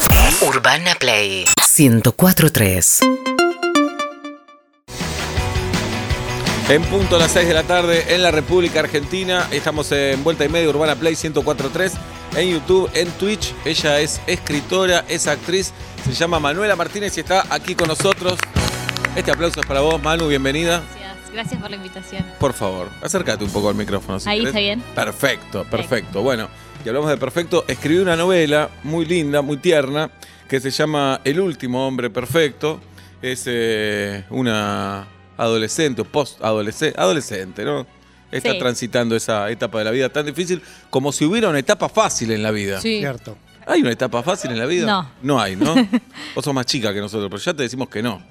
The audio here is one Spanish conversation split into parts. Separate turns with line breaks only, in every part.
Play. Urbana Play 1043.
En punto a las 6 de la tarde en la República Argentina. Estamos en Vuelta y Media Urbana Play 1043 en YouTube, en Twitch. Ella es escritora, es actriz. Se llama Manuela Martínez y está aquí con nosotros. Este aplauso es para vos, Manu. Bienvenida.
Gracias, gracias por la invitación.
Por favor, acércate un poco al micrófono. si
Ahí está
querés.
bien.
Perfecto, perfecto. Bueno, y hablamos de perfecto. Escribí una novela muy linda, muy tierna, que se llama El último hombre perfecto. Es eh, una adolescente o post-adolescente, adolescente, ¿no? Está
Sí.
transitando esa etapa de la vida tan difícil como si hubiera una etapa fácil en la vida.
Sí.
Cierto.
¿Hay una etapa fácil en la vida?
No.
No hay, ¿no? Vos sos más chica que nosotros, pero ya te decimos que no.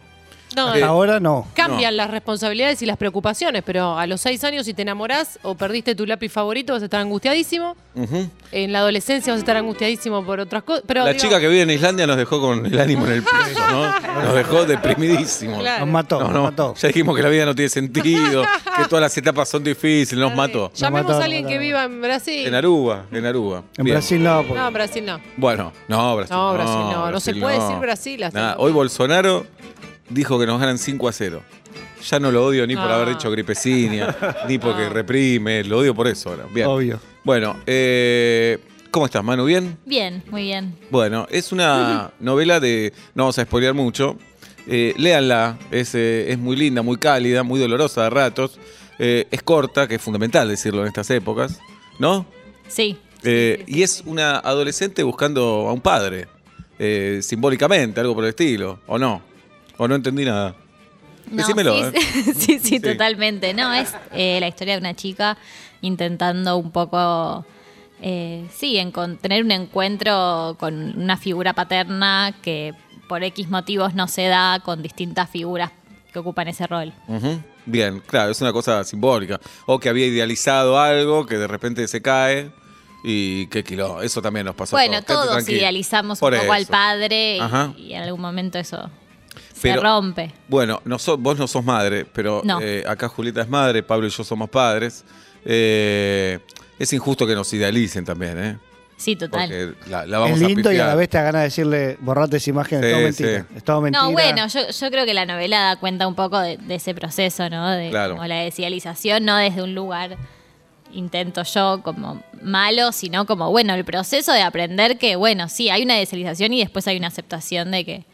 No,
Eh,
Ahora no.
cambian las responsabilidades y las preocupaciones, pero a los seis años si te enamorás o perdiste tu lápiz favorito vas a estar angustiadísimo.
Ujú.
En la adolescencia vas a estar angustiadísimo por otras cosas. Pero
La
digo,
chica que vive en Islandia nos dejó con el ánimo en el piso, ¿no? Nos dejó deprimidísimos.
Claro.
Nos mató,
No,
nos
no,
mató.
Ya dijimos que la vida no tiene sentido, que todas las etapas son difíciles, nos mató.
Llamemos
mataron,
a alguien que
mataron.
viva en Brasil.
En Aruba, en Aruba.
En
Bien.
Brasil no, porque
No, en Brasil no.
Bueno, no, Brasil.
No, Brasil no, no se puede decir Brasil hasta
Nada,
que-
Hoy Bolsonaro dijo que nos ganan 5 a 0. Ya no lo odio ni por
No.
haber dicho gripecinia, ni porque
Ah.
reprime, lo odio por eso ahora. Bien.
obvio.
Bueno, eh, ¿cómo estás, Manu? ¿Bien?
Bien, muy bien.
Bueno, es una novela de. No vamos a spoilear mucho. Eh, léanla, es, eh, es muy linda, muy cálida, muy dolorosa de ratos. Eh, es corta, que es fundamental decirlo en estas épocas, ¿no?
Sí.
Eh, y es una adolescente buscando a un padre, eh, simbólicamente, algo por el estilo, ¿o no? ¿O no entendí nada? Decímelo,
sí,
¿eh?
sí, sí, totalmente. No, es eh, la historia de una chica intentando un poco, eh, sí, encon- tener un encuentro con una figura paterna que por X motivos no se da con distintas figuras que ocupan ese rol.
Ujú. Bien, claro, es una cosa simbólica. O que había idealizado algo que de repente se cae y qué kilo. Eso también nos pasó. a
Bueno,
Quédate
todos
tranquila.
idealizamos
Por
un poco al
eso.
padre y-
Ajá.
y, en algún momento eso
Pero-
se rompe.
Bueno, no so- vos no sos madre, pero
No.
eh, acá Julieta es madre, Pablo y yo somos padres. Eh, es injusto que nos idealicen también, ¿eh?
Sí, total.
Porque la, la vamos
es
a
lindo y a la
pifiar.
vez te da ganas de decirle, borrate esa imagen, es
Sí,
todo mentira.
sí.
Es todo mentira.
No, bueno, yo, yo creo que la novela da cuenta un poco de, de ese proceso, ¿no? De,
Claro.
Como la desidealización, no desde un lugar, intento yo, como malo, sino como, bueno, el proceso de aprender que, bueno, sí, hay una desidealización y después hay una aceptación de que,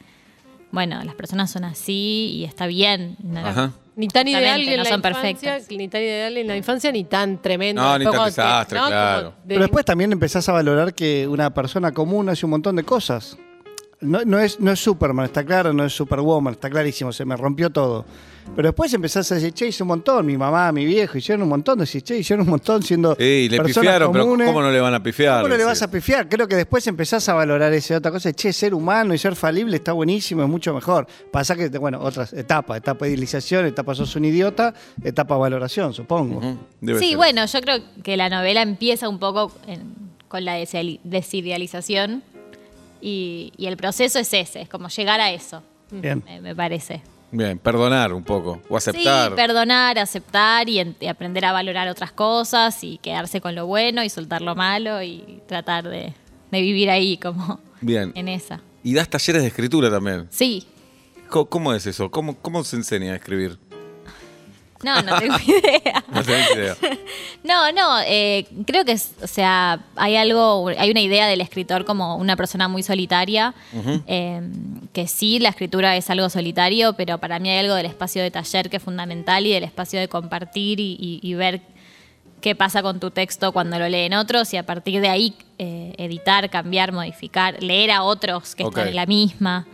bueno, las personas son así y está bien. No-
Ajá.
Ni tan ideal
Exactamente,
en
no
la
son
infancia,
perfectas.
ni tan ideal en la infancia, ni tan tremendo.
No, ni tan
Tampoco que-
desastre,
Como
claro.
de-
Pero después también empezás a valorar que una persona común hace un montón de cosas. No, no es, no es Superman, está claro, no es Superwoman, está clarísimo, se me rompió todo. Pero después empezás a decir, che, hice un montón, mi mamá, mi viejo, hicieron un montón, decís, che, hicieron un montón siendo
Sí, le
personas
pifiaron, pero
comunes.
¿cómo no le van a pifiar?
¿Cómo no le
Decir.
vas a pifiar? Creo que después empezás a valorar esa otra cosa. Che, ser humano y ser falible está buenísimo, es mucho mejor. Pasa que, bueno, otras etapas, etapa de idealización, etapa sos un idiota, etapa valoración, supongo.
Ujú, debe
Sí,
ser.
bueno, yo creo que la novela empieza un poco en- con la desideali- desidealización y, y el proceso es ese, es como llegar a eso,
Bien.
me- me parece.
Bien, perdonar un poco, o aceptar.
Sí, perdonar, aceptar y, en- y aprender a valorar otras cosas y quedarse con lo bueno y soltar lo malo y tratar de, de vivir ahí como
Bien.
en esa.
Y das talleres de escritura también.
Sí.
Co- ¿Cómo, es eso? ¿Cómo, ¿Cómo se enseña a escribir?
No, no tengo idea.
No tenés idea.
No, no, eh, creo que, es- o sea, hay algo, hay una idea del escritor como una persona muy solitaria, eh, que sí, la escritura es algo solitario, pero para mí hay algo del espacio de taller que es fundamental y del espacio de compartir y, y- y ver qué pasa con tu texto cuando lo leen otros y a partir de ahí eh, editar, cambiar, modificar, leer a otros que
Ok.
están en la misma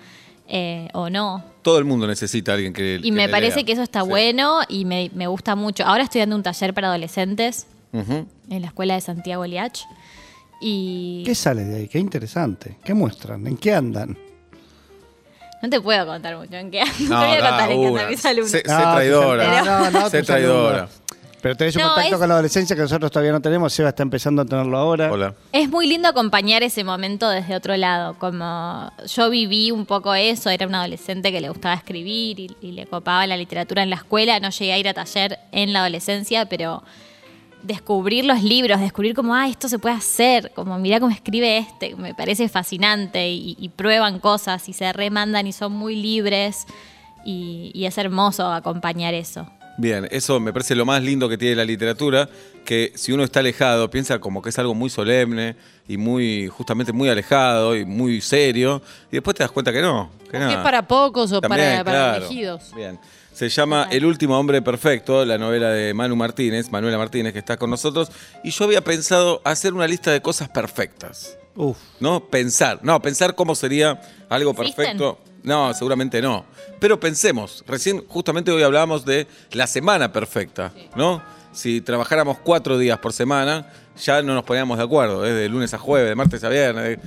eh, o no.
Todo el mundo necesita a alguien que.
Y me parece que eso está
bueno.
bueno y me, me gusta mucho. Ahora estoy dando un taller para adolescentes en la escuela de Santiago Liach. Y
¿Qué sale de ahí? Qué interesante. ¿Qué muestran? ¿En qué andan?
no te puedo contar mucho en qué ando.
No,
te voy a
da,
contar en qué
una.
andan mis alumnos.
Se- Sé
No, tus
traidora.
alumnos. Ah, No, no,
Sé
tus
traidora.
alumnos. Pero tenés un
No,
contacto
es-
con la adolescencia que nosotros todavía no tenemos. Seba está empezando a tenerlo ahora.
Hola.
Es muy lindo acompañar ese momento desde otro lado. Como yo viví un poco eso, era una adolescente que le gustaba escribir y, y le copaba la literatura en la escuela. No llegué a ir a taller en la adolescencia, pero descubrir los libros, descubrir cómo, ah, esto se puede hacer, como mirá cómo escribe este, me parece fascinante y, y prueban cosas y se remandan y son muy libres y, y es hermoso acompañar eso.
Bien, eso me parece lo más lindo que tiene la literatura, que si uno está alejado, piensa como que es algo muy solemne y muy, justamente muy alejado y muy serio, y después te das cuenta que no. Que,
Que
no.
es para pocos o para,
También,
para
claro.
elegidos.
Bien. Se llama El último hombre perfecto, la novela de Manu Martínez, Manuela Martínez, que está con nosotros. Y yo había pensado hacer una lista de cosas perfectas.
Uf.
¿No? Pensar. No, pensar cómo sería algo
¿Existen?
perfecto. No, seguramente no. Pero pensemos. Recién, justamente hoy hablábamos de la semana perfecta, ¿no? Si trabajáramos cuatro días por semana, ya no nos poníamos de acuerdo, desde lunes a jueves, de martes a viernes.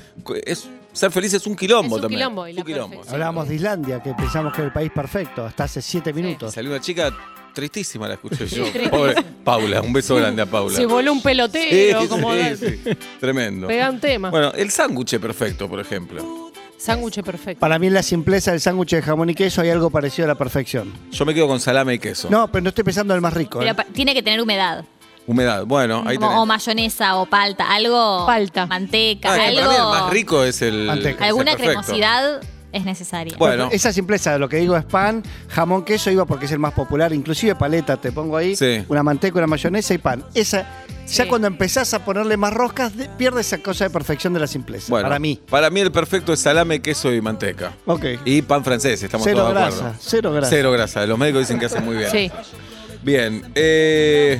Es, ser feliz es un quilombo
Es un
también.
quilombo, y la perfección.
Hablábamos de Islandia, que pensamos que era el país perfecto, hasta hace siete minutos.
Salió una chica tristísima, la escuché yo.
tristísima.
Pobre Paula, un beso grande a Paula.
Se voló un pelotero, como
sí, sí. Tremendo.
pega un tema.
Bueno, el sándwich perfecto, por ejemplo.
Sándwich perfecto.
Para mí, en la simpleza del sándwich de jamón y queso hay algo parecido a la perfección.
Yo me quedo con salame y queso.
No, pero no estoy pensando en el más rico.
Pero
¿eh?
pa- tiene que tener humedad,
Humedad, bueno, ahí
como-
tenés.
o mayonesa o palta, algo...
Palta.
Manteca,
Ah, que para
algo...
mí el más rico es el.
Manteca.
es el
alguna
perfecto.
cremosidad es necesaria.
Bueno,
Esa simpleza, lo que digo es pan, jamón, queso, iba porque es el más popular, inclusive paleta, te pongo ahí,
Sí.
una manteca, una mayonesa y pan. Esa, ya
Sí.
cuando empezás a ponerle más roscas, de- pierde esa cosa de perfección de la simpleza.
bueno.
Para mí.
Para mí el perfecto es salame, queso y manteca.
Ok.
Y pan francés, estamos
Cero
todos de acuerdo.
grasa, cero grasa.
Cero grasa. Los médicos dicen que hace muy bien.
Sí.
Bien. eh,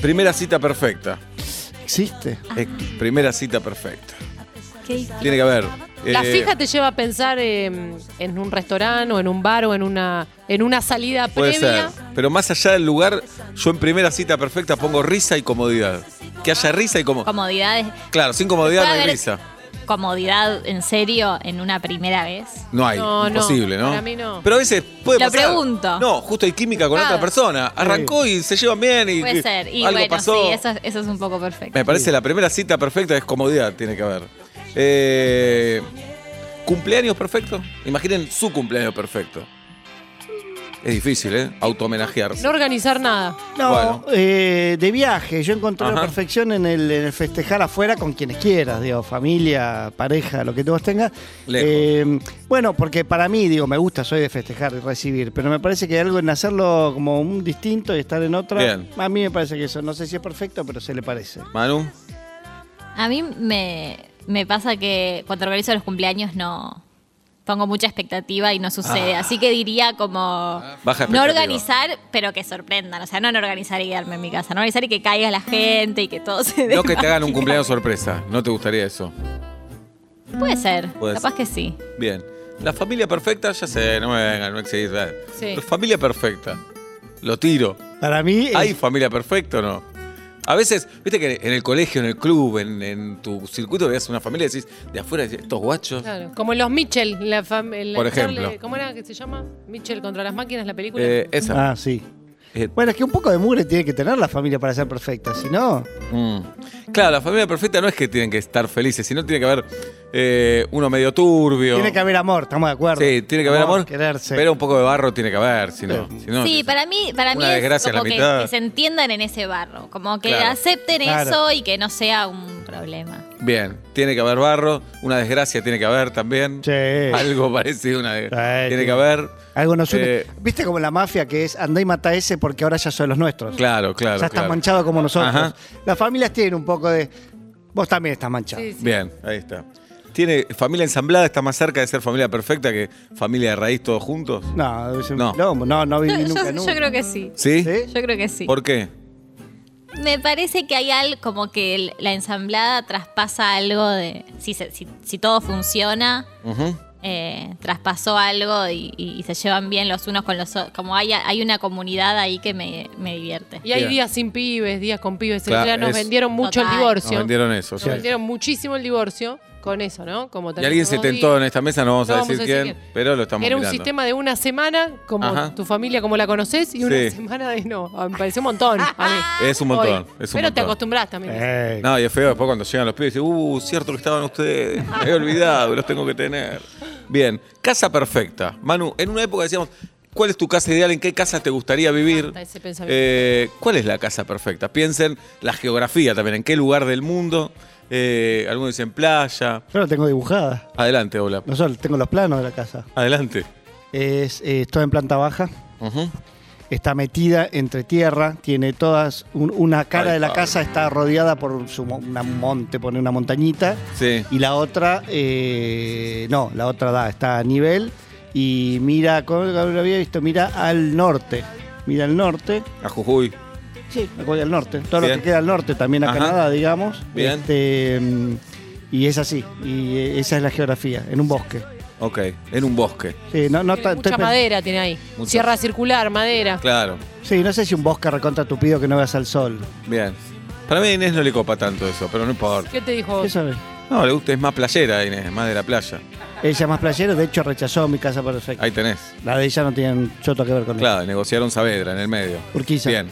primera cita perfecta.
Existe.
Ah.
Eh, primera cita perfecta.
Qué difícil.
Tiene que haber.
La
eh,
fija te lleva a pensar eh, en un restaurante o en un bar o en una, en una salida
Puede
previa.
ser. Pero más allá del lugar, yo en primera cita perfecta pongo risa y comodidad. Que haya risa y comodidad.
Comodidades.
Claro, sin comodidad no
Puede
hay
haber
risa.
Comodidad, en serio, en una primera vez.
No hay,
No, no,
imposible, ¿no?
para mí no.
Pero a veces puede
Lo
pasar.
pregunto.
No, justo hay química con
Ah.
otra persona. Arrancó y se llevan bien y
Puede ser. Y
algo
bueno,
pasó.
sí, eso, eso es un poco perfecto.
Me parece la primera cita perfecta es comodidad, tiene que haber. Eh, ¿Cumpleaños perfecto? Imaginen su cumpleaños perfecto. Es difícil, ¿eh? Autohomenajearse.
No organizar nada.
No,
Bueno.
eh, de viaje. Yo encontré
Ajá.
la perfección en el, en el festejar afuera con quienes quieras, digo, familia, pareja, lo que tú tengas.
Lejos.
Eh, bueno, porque para mí, digo, me gusta, soy de festejar y recibir, pero me parece que hay algo en hacerlo como un distinto y estar en otra,
Bien.
a mí me parece que eso, no sé si es perfecto, pero se le parece.
Manu,
A mí me, me pasa que cuando organizo los cumpleaños no pongo mucha expectativa y no sucede. Así que diría como
Baja
no
Ah. expectativa.
organizar, pero que sorprendan. O sea, no, no organizar y quedarme en mi casa, no organizar y que caiga la gente y que todo se dé.
no que te hagan un
mágica.
cumpleaños sorpresa. No te gustaría eso.
Puede ser,
Puede
capaz
ser.
que sí.
Bien. La familia perfecta, ya sé, no me vengan, no existe. eh.
Sí.
La familia perfecta. Lo tiro.
Para mí, es-
¿Hay familia perfecta o no? A veces, viste que en el colegio, en el club, en, en tu circuito veías una familia y decís, de afuera, decís, estos guachos.
Claro. Como los Mitchell, la fam- la
Por
Charlie-
ejemplo.
¿Cómo era que se llama? Mitchell contra las máquinas, la película.
Eh, esa.
Ah, sí.
Eh,
Bueno, es que un poco de mugre tiene que tener la familia para ser perfecta, si no,
mm. Claro, la familia perfecta no es que tienen que estar felices, sino tiene que haber eh, uno medio turbio.
tiene que haber amor, estamos de acuerdo.
Sí, tiene que haber amor.
Quererse.
Pero un poco de barro tiene que haber, si no. si no,
sí,
te-
para mí, para mí
una
es
desgracia en la
como que,
mitad.
que se entiendan en ese barro, como que
Claro.
acepten
Claro.
eso y que no sea un problema.
Bien, tiene que haber barro, una desgracia tiene que haber también.
Sí.
Algo parecido, una desgracia.
Sí,
tiene
sí.
que haber.
Algo nos une.
Eh,
¿Viste como la mafia que es andá y mata ese porque ahora ya son los nuestros?
Claro, claro.
ya están
claro.
manchados como nosotros.
Ajá.
Las familias tienen un poco de. Vos también estás manchado.
Sí, sí.
Bien, ahí está. Tiene familia ensamblada, está más cerca de ser familia perfecta que familia de raíz todos juntos.
No, es un
No.
quilombo. no, no
Yo,
viví
yo-
nunca.
yo
nunca.
creo que sí.
¿Sí?
¿Sí?
Yo creo que sí.
¿Por qué?
Me parece que hay algo, como que el- la ensamblada traspasa algo de. Si, se- si, si todo funciona,
Ujú.
eh, traspasó algo y, y- y se llevan bien los unos con los otros. Como hay, hay una comunidad ahí que me, me divierte.
Y hay
Bien.
días sin pibes, días con pibes.
Claro,
o sea, nos
es-
vendieron mucho
Total.
el
Nos
divorcio.
Ah, vendieron eso.
Nos
sí.
vendieron muchísimo el divorcio con eso, ¿no? Como
Y alguien se tentó en esta mesa, no vamos,
No
a decir quién, pero lo estamos
Era un
mirando.
sistema de una semana, como
Ajá.
tu familia, como la conoces, y una
Sí.
semana de no. Ah, Me pareció un montón a mí.
Es un montón,
Hoy.
es un
Pero te
montón.
acostumbrás también.
Eh,
No, y es feo después cuando llegan los pibes y dicen, uh, cierto que estaban ustedes, me había olvidado, los tengo que tener. Bien, casa perfecta. Manu, en una época decíamos, ¿Cuál es tu casa ideal? ¿En qué casa te gustaría vivir?
encanta ese pensamiento.
Eh, ¿Cuál es la casa perfecta? Piensen la geografía también, en qué lugar del mundo. Eh, algunos dicen playa.
Yo la tengo dibujada.
Adelante, hola.
No solo tengo los planos de la casa.
Adelante.
Es, eh, está en planta baja.
Ujú.
Está metida entre tierra, tiene todas un- una cara
Ay,
de la
Pablo.
casa está rodeada por un su mo- una monte, pone una montañita
Sí.
y la otra eh, no, la otra da está a nivel y mira, como lo había visto, mira al norte, mira al norte,
A Jujuy.
sí, me voy al norte, todo
Bien.
lo que queda al norte también a
Ajá.
Canadá, digamos,
Bien.
Este, mm, y es así y eh, esa es la geografía, en un bosque.
Ok, en un bosque.
Sí, no, no
Tiene
ta-
mucha
estoy pe-
madera tiene ahí.
Mucha.
Sierra circular, madera.
Claro,
sí, no sé si un bosque recontra tupido que no veas al sol.
bien. Para mí a Inés no le copa tanto eso, pero no importa.
¿Qué te dijo?
Oh.
vos?
¿Qué sabes?
No, le gusta, es más playera a Inés, más de la playa.
Ella más playera, de hecho rechazó mi casa perfecta.
Ahí tenés.
La de ella no tiene un choto que ver con
Claro, negociaron Saavedra en el medio.
Urquiza.
Bien.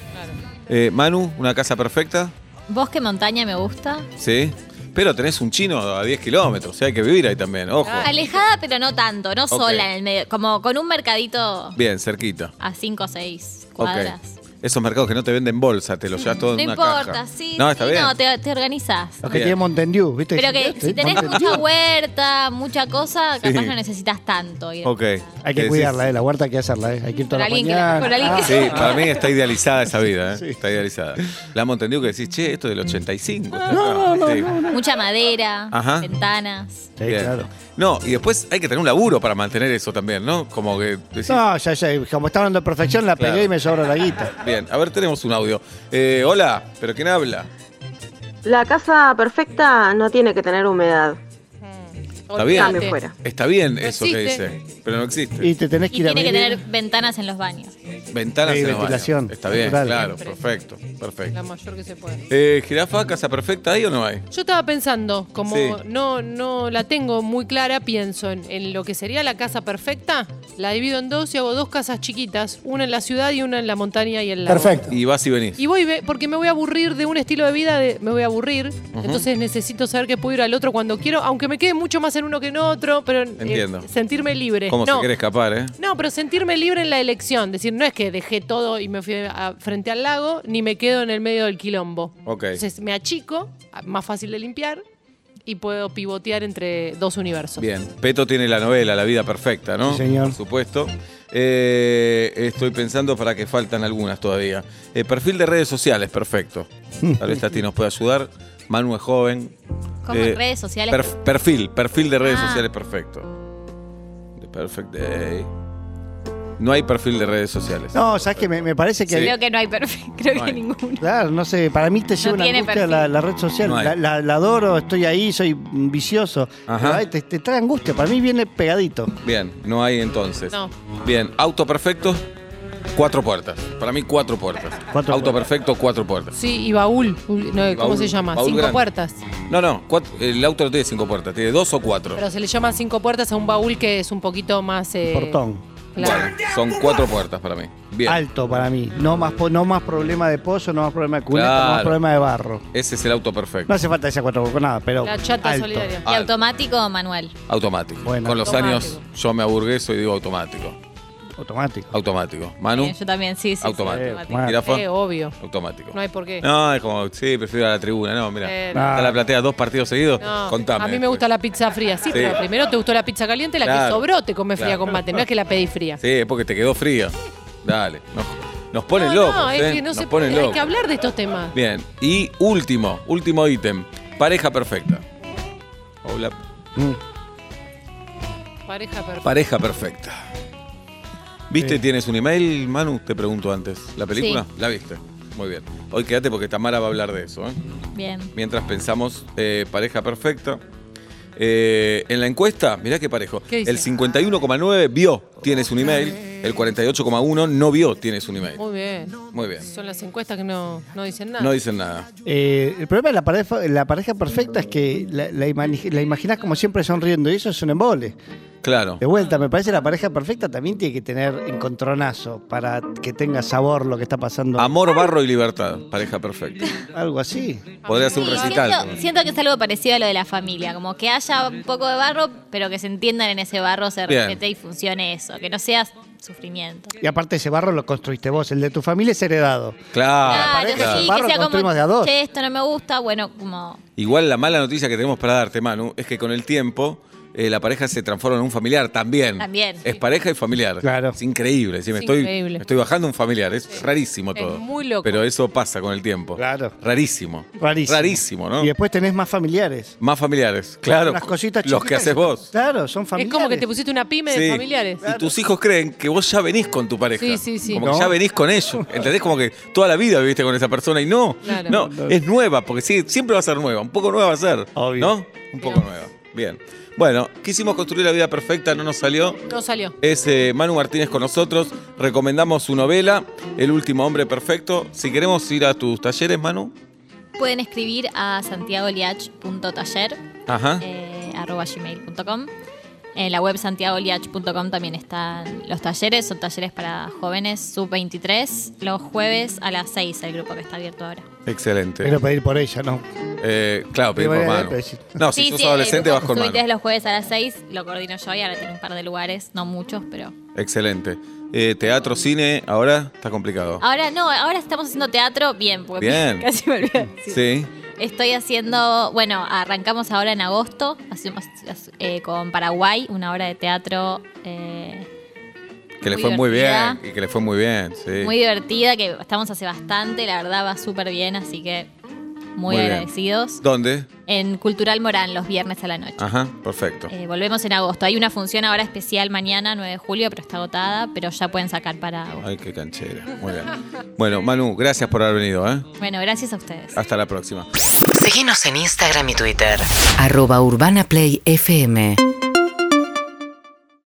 Eh, Manu, una casa perfecta,
Bosque, montaña me gusta.
sí. Pero tenés un chino a 10 kilómetros, o sea, hay que vivir ahí también, ojo.
Ah.
Alejada, pero no tanto, no
Ok.
sola en el medio, como con un mercadito
Bien, cerquita.
a 5 o 6
Ok.
cuadras.
Esos mercados que no te venden bolsa, te los llevas todo
No
en una
importa,
caja.
sí,
No, está
sí,
bien.
no, te, te organizás.
Los que
Bien.
tienen Mountain Dew, ¿viste?
Pero que
Sí,
si tenés
Mountain
mucha
Dew.
huerta, mucha cosa, capaz
Sí.
no necesitas tanto. ir.
Ok. ¿Qué
Hay que
decís?
cuidarla, eh, la huerta hay que hacerla, eh. Hay que ir
Con
toda la
alguien que la-
mañana.
con alguien que-
Sí, para mí está idealizada esa vida, ¿eh? Está idealizada. La hemos entendido que decís, che, esto es del 85. está acá. Sí.
Mucha madera,
Ajá.
ventanas.
Sí,
Ah, Bien.
claro.
No, y después hay que tener un laburo para mantener eso también, ¿no? Como que decís,
No, ya, ya, como está hablando de perfección, la
Claro.
pegué y me sobra la guita.
bien, a ver, tenemos un audio. Eh, hola, ¿pero quién habla?
La casa perfecta no tiene que tener humedad.
Está bien.
Olvídate.
Cambio fuera.
Está bien
No
eso
existe.
que dice, pero no existe.
Y te tenés que
Y
ir a
tiene que
medir.
tener ventanas en los baños.
Ventanas
Sí,
en los baños.
ventilación,
Está bien,
natural.
claro,
Siempre.
perfecto, perfecto.
La mayor que se puede.
Eh, jirafa, casa perfecta, ¿hay o no hay?
Yo estaba pensando, como
Sí.
no, no la tengo muy clara, pienso en, en lo que sería la casa perfecta. La divido en dos y hago dos casas chiquitas, una en la ciudad y una en la montaña y el lago.
Perfecto.
Y vas y venís.
Y voy, ve- porque me voy a aburrir de un estilo de vida, de- me voy a aburrir. Entonces necesito saber que puedo ir al otro cuando quiero, aunque me quede mucho más en uno que en otro, pero eh,
Entiendo.
sentirme libre.
¿Cómo se
No,
quiere escapar, eh?
No, pero sentirme libre en la elección. Decir, no es que dejé todo y me fui a- frente al lago, ni me quedo en el medio del quilombo.
Ok.
Entonces me achico, a- más fácil de limpiar, y puedo pivotear entre dos universos.
Bien, Peto tiene la novela, La vida perfecta, ¿no?
Sí, señor.
Por supuesto. Eh, estoy pensando para que faltan algunas todavía. Eh, perfil de redes sociales, perfecto. Tal vez Tati nos puede ayudar. Manu es joven.
¿Cómo
Eh,
en redes sociales?
perf- perfil, perfil de redes
Ah.
sociales, perfecto. The perfect day. No hay perfil de redes sociales.
No, sabes que me, me parece que.
Sí.
Creo que no hay perfil, creo
No
que
hay.
ninguno.
Claro, no sé, para mí te lleva
No
una
tiene
angustia
perfil.
la, la red social.
No hay.
la, la- la adoro, estoy ahí, soy vicioso.
Ajá.
Pero, ay, te, te trae angustia, para mí viene pegadito.
Bien, no hay entonces.
No.
Bien, auto perfecto, cuatro puertas. Para mí, cuatro puertas.
Cuatro
auto
puertas.
perfecto, cuatro puertas.
Sí, y baúl. Uy, no,
Y
¿Cómo
baúl-
se llama?
baúl
Cinco
grande.
puertas.
No, no, cuatro- el auto no tiene cinco puertas, tiene dos o cuatro.
Pero se le llama cinco puertas a un baúl que es un poquito más. eh,
Portón.
Claro.
Bueno, son cuatro puertas para mí. Bien.
Alto para mí. No más, po- no más problema de pozo, no más problema de cuneta, no más
Claro.
problema de barro.
Ese es el auto
No
perfecto.
hace falta esa cuatro con nada, pero.
La chata
alto.
solidaria.
¿Y
Ah.
automático o manual?
Automático.
Bueno.
Con los años
Automático.
yo me aburgueso y digo automático.
Automático.
Automático. Manu,
Eh, yo también, sí, sí.
automático.
sí, automático.
Jirafa,
Eh, obvio.
automático.
No hay por qué.
No, es como, sí, prefiero a la tribuna. No, mira.
Eh,
Está la platea dos partidos seguidos.
No,
Contame.
A mí me gusta la pizza fría. Sí,
Sí.
pero primero te gustó la pizza caliente, la que
Claro.
sobró te comes fría
Claro.
con mate. No es que la pedí fría.
Sí, es porque te quedó fría. Dale. Nos, nos ponen
no,
locos.
No, es
¿eh?
que no
nos
se puede.
ponen
Hay
locos.
que hablar de estos temas.
Bien. Y último, último ítem. Pareja perfecta. Hola.
Pareja perfecta.
Pareja perfecta. ¿Viste? ¿Tienes un email, Manu? Te pregunto antes. ¿La película?
Sí.
La viste. Muy bien. Hoy quédate porque Tamara va a hablar de eso. ¿eh?
Bien.
Mientras pensamos, eh, pareja perfecta. Eh, en la encuesta, mirá qué parejo.
¿Qué dice?
el 51,9 vio, tienes un email. El 48,1 no vio, tienes un email.
Muy bien.
Muy bien.
Son las encuestas que no, no dicen nada.
No dicen nada.
Eh, el problema de la pareja, la pareja perfecta es que la, la, imani- la imaginás como siempre sonriendo y eso es un embole.
Claro.
De vuelta, me parece la pareja perfecta también tiene que tener encontronazo para que tenga sabor lo que está pasando.
Amor, barro y libertad. Pareja perfecta.
Algo así.
Podría ser
Sí,
un
siento,
recital.
siento que es algo parecido a lo de la familia, como que haya un poco de barro, pero que se entiendan en ese barro, se
Bien.
respete y funcione eso, que no seas sufrimiento.
Y aparte ese barro lo construiste vos, el de tu familia es heredado.
Claro,
Claro,
pareja,
claro.
entonces sí,
barro
que sea
construimos de a
como,
dos.
che, esto no me gusta, bueno, como,
Igual la mala noticia que tenemos para darte, Manu, es que con el tiempo eh, la pareja se transforma en un familiar también.
También.
Es pareja y familiar.
Claro.
Es increíble. sí, me,
Es
estoy,
increíble.
me estoy bajando un familiar. Es rarísimo
Es
todo.
muy loco.
Pero eso pasa con el tiempo.
Claro.
Rarísimo.
Rarísimo.
Rarísimo, ¿no?
Y después tenés más familiares.
Más familiares. Claro.
Unas cositas
Los que
chiquitas
haces vos.
Claro, son
Es
familiares.
como que te pusiste una pyme de
Sí.
familiares.
Y tus hijos creen que vos ya venís con tu pareja.
Sí, sí, sí.
Como
No.
que ya venís con ellos. ¿Entendés? Como que toda la vida viviste con esa persona y no.
Claro.
No, es nueva, porque sí, siempre va a ser nueva. Un poco nueva va a ser.
Obvio.
¿No? Un poco nueva. Bien. Bueno, quisimos construir la vida perfecta, no nos salió.
No salió.
Es eh, Manu Martínez con nosotros. Recomendamos su novela, El último hombre perfecto. Si queremos ir a tus talleres, Manu.
pueden escribir a santiagoliach.taller
Ajá.
eh, arroba gmail.com. En la web santiagoliach.com también están los talleres, son talleres para jóvenes sub-23, los jueves a las 6, el grupo que está abierto ahora.
Excelente.
Quiero pedir por ella, ¿no?
Eh, claro, pedí por
Pero,
Manu.
eh, pero-
No, si sos adolescente
el
vas con
grupo
Manu.
sub-23 los jueves a las 6, lo coordino yo y ahora tiene un par de lugares, no muchos, pero...
Excelente. Eh, teatro, cine, ahora está complicado.
Ahora no, ahora estamos haciendo teatro bien, porque
Bien.
casi me olvidé de decir.
Sí.
Estoy haciendo, bueno, arrancamos ahora en agosto, hacemos eh, con Paraguay una obra de teatro eh,
Que le
Muy
fue muy
divertida.
bien. Y que le fue muy bien. Sí.
muy divertida, que estamos hace bastante, la verdad va súper bien, así que
Muy
muy,
bien.
agradecidos.
¿Dónde?
En Cultural Morán, los viernes a la noche.
Ajá, perfecto.
Eh, volvemos en agosto. Hay una función ahora especial mañana, 9 de julio, pero está agotada, pero ya pueden sacar para agosto.
Ay, qué canchera. Muy bien. Bueno, Manu, gracias por haber venido. ¿eh?
Bueno, gracias a ustedes.
Hasta la próxima.
Síguenos en Instagram y Twitter. Arroba Urbana Play FM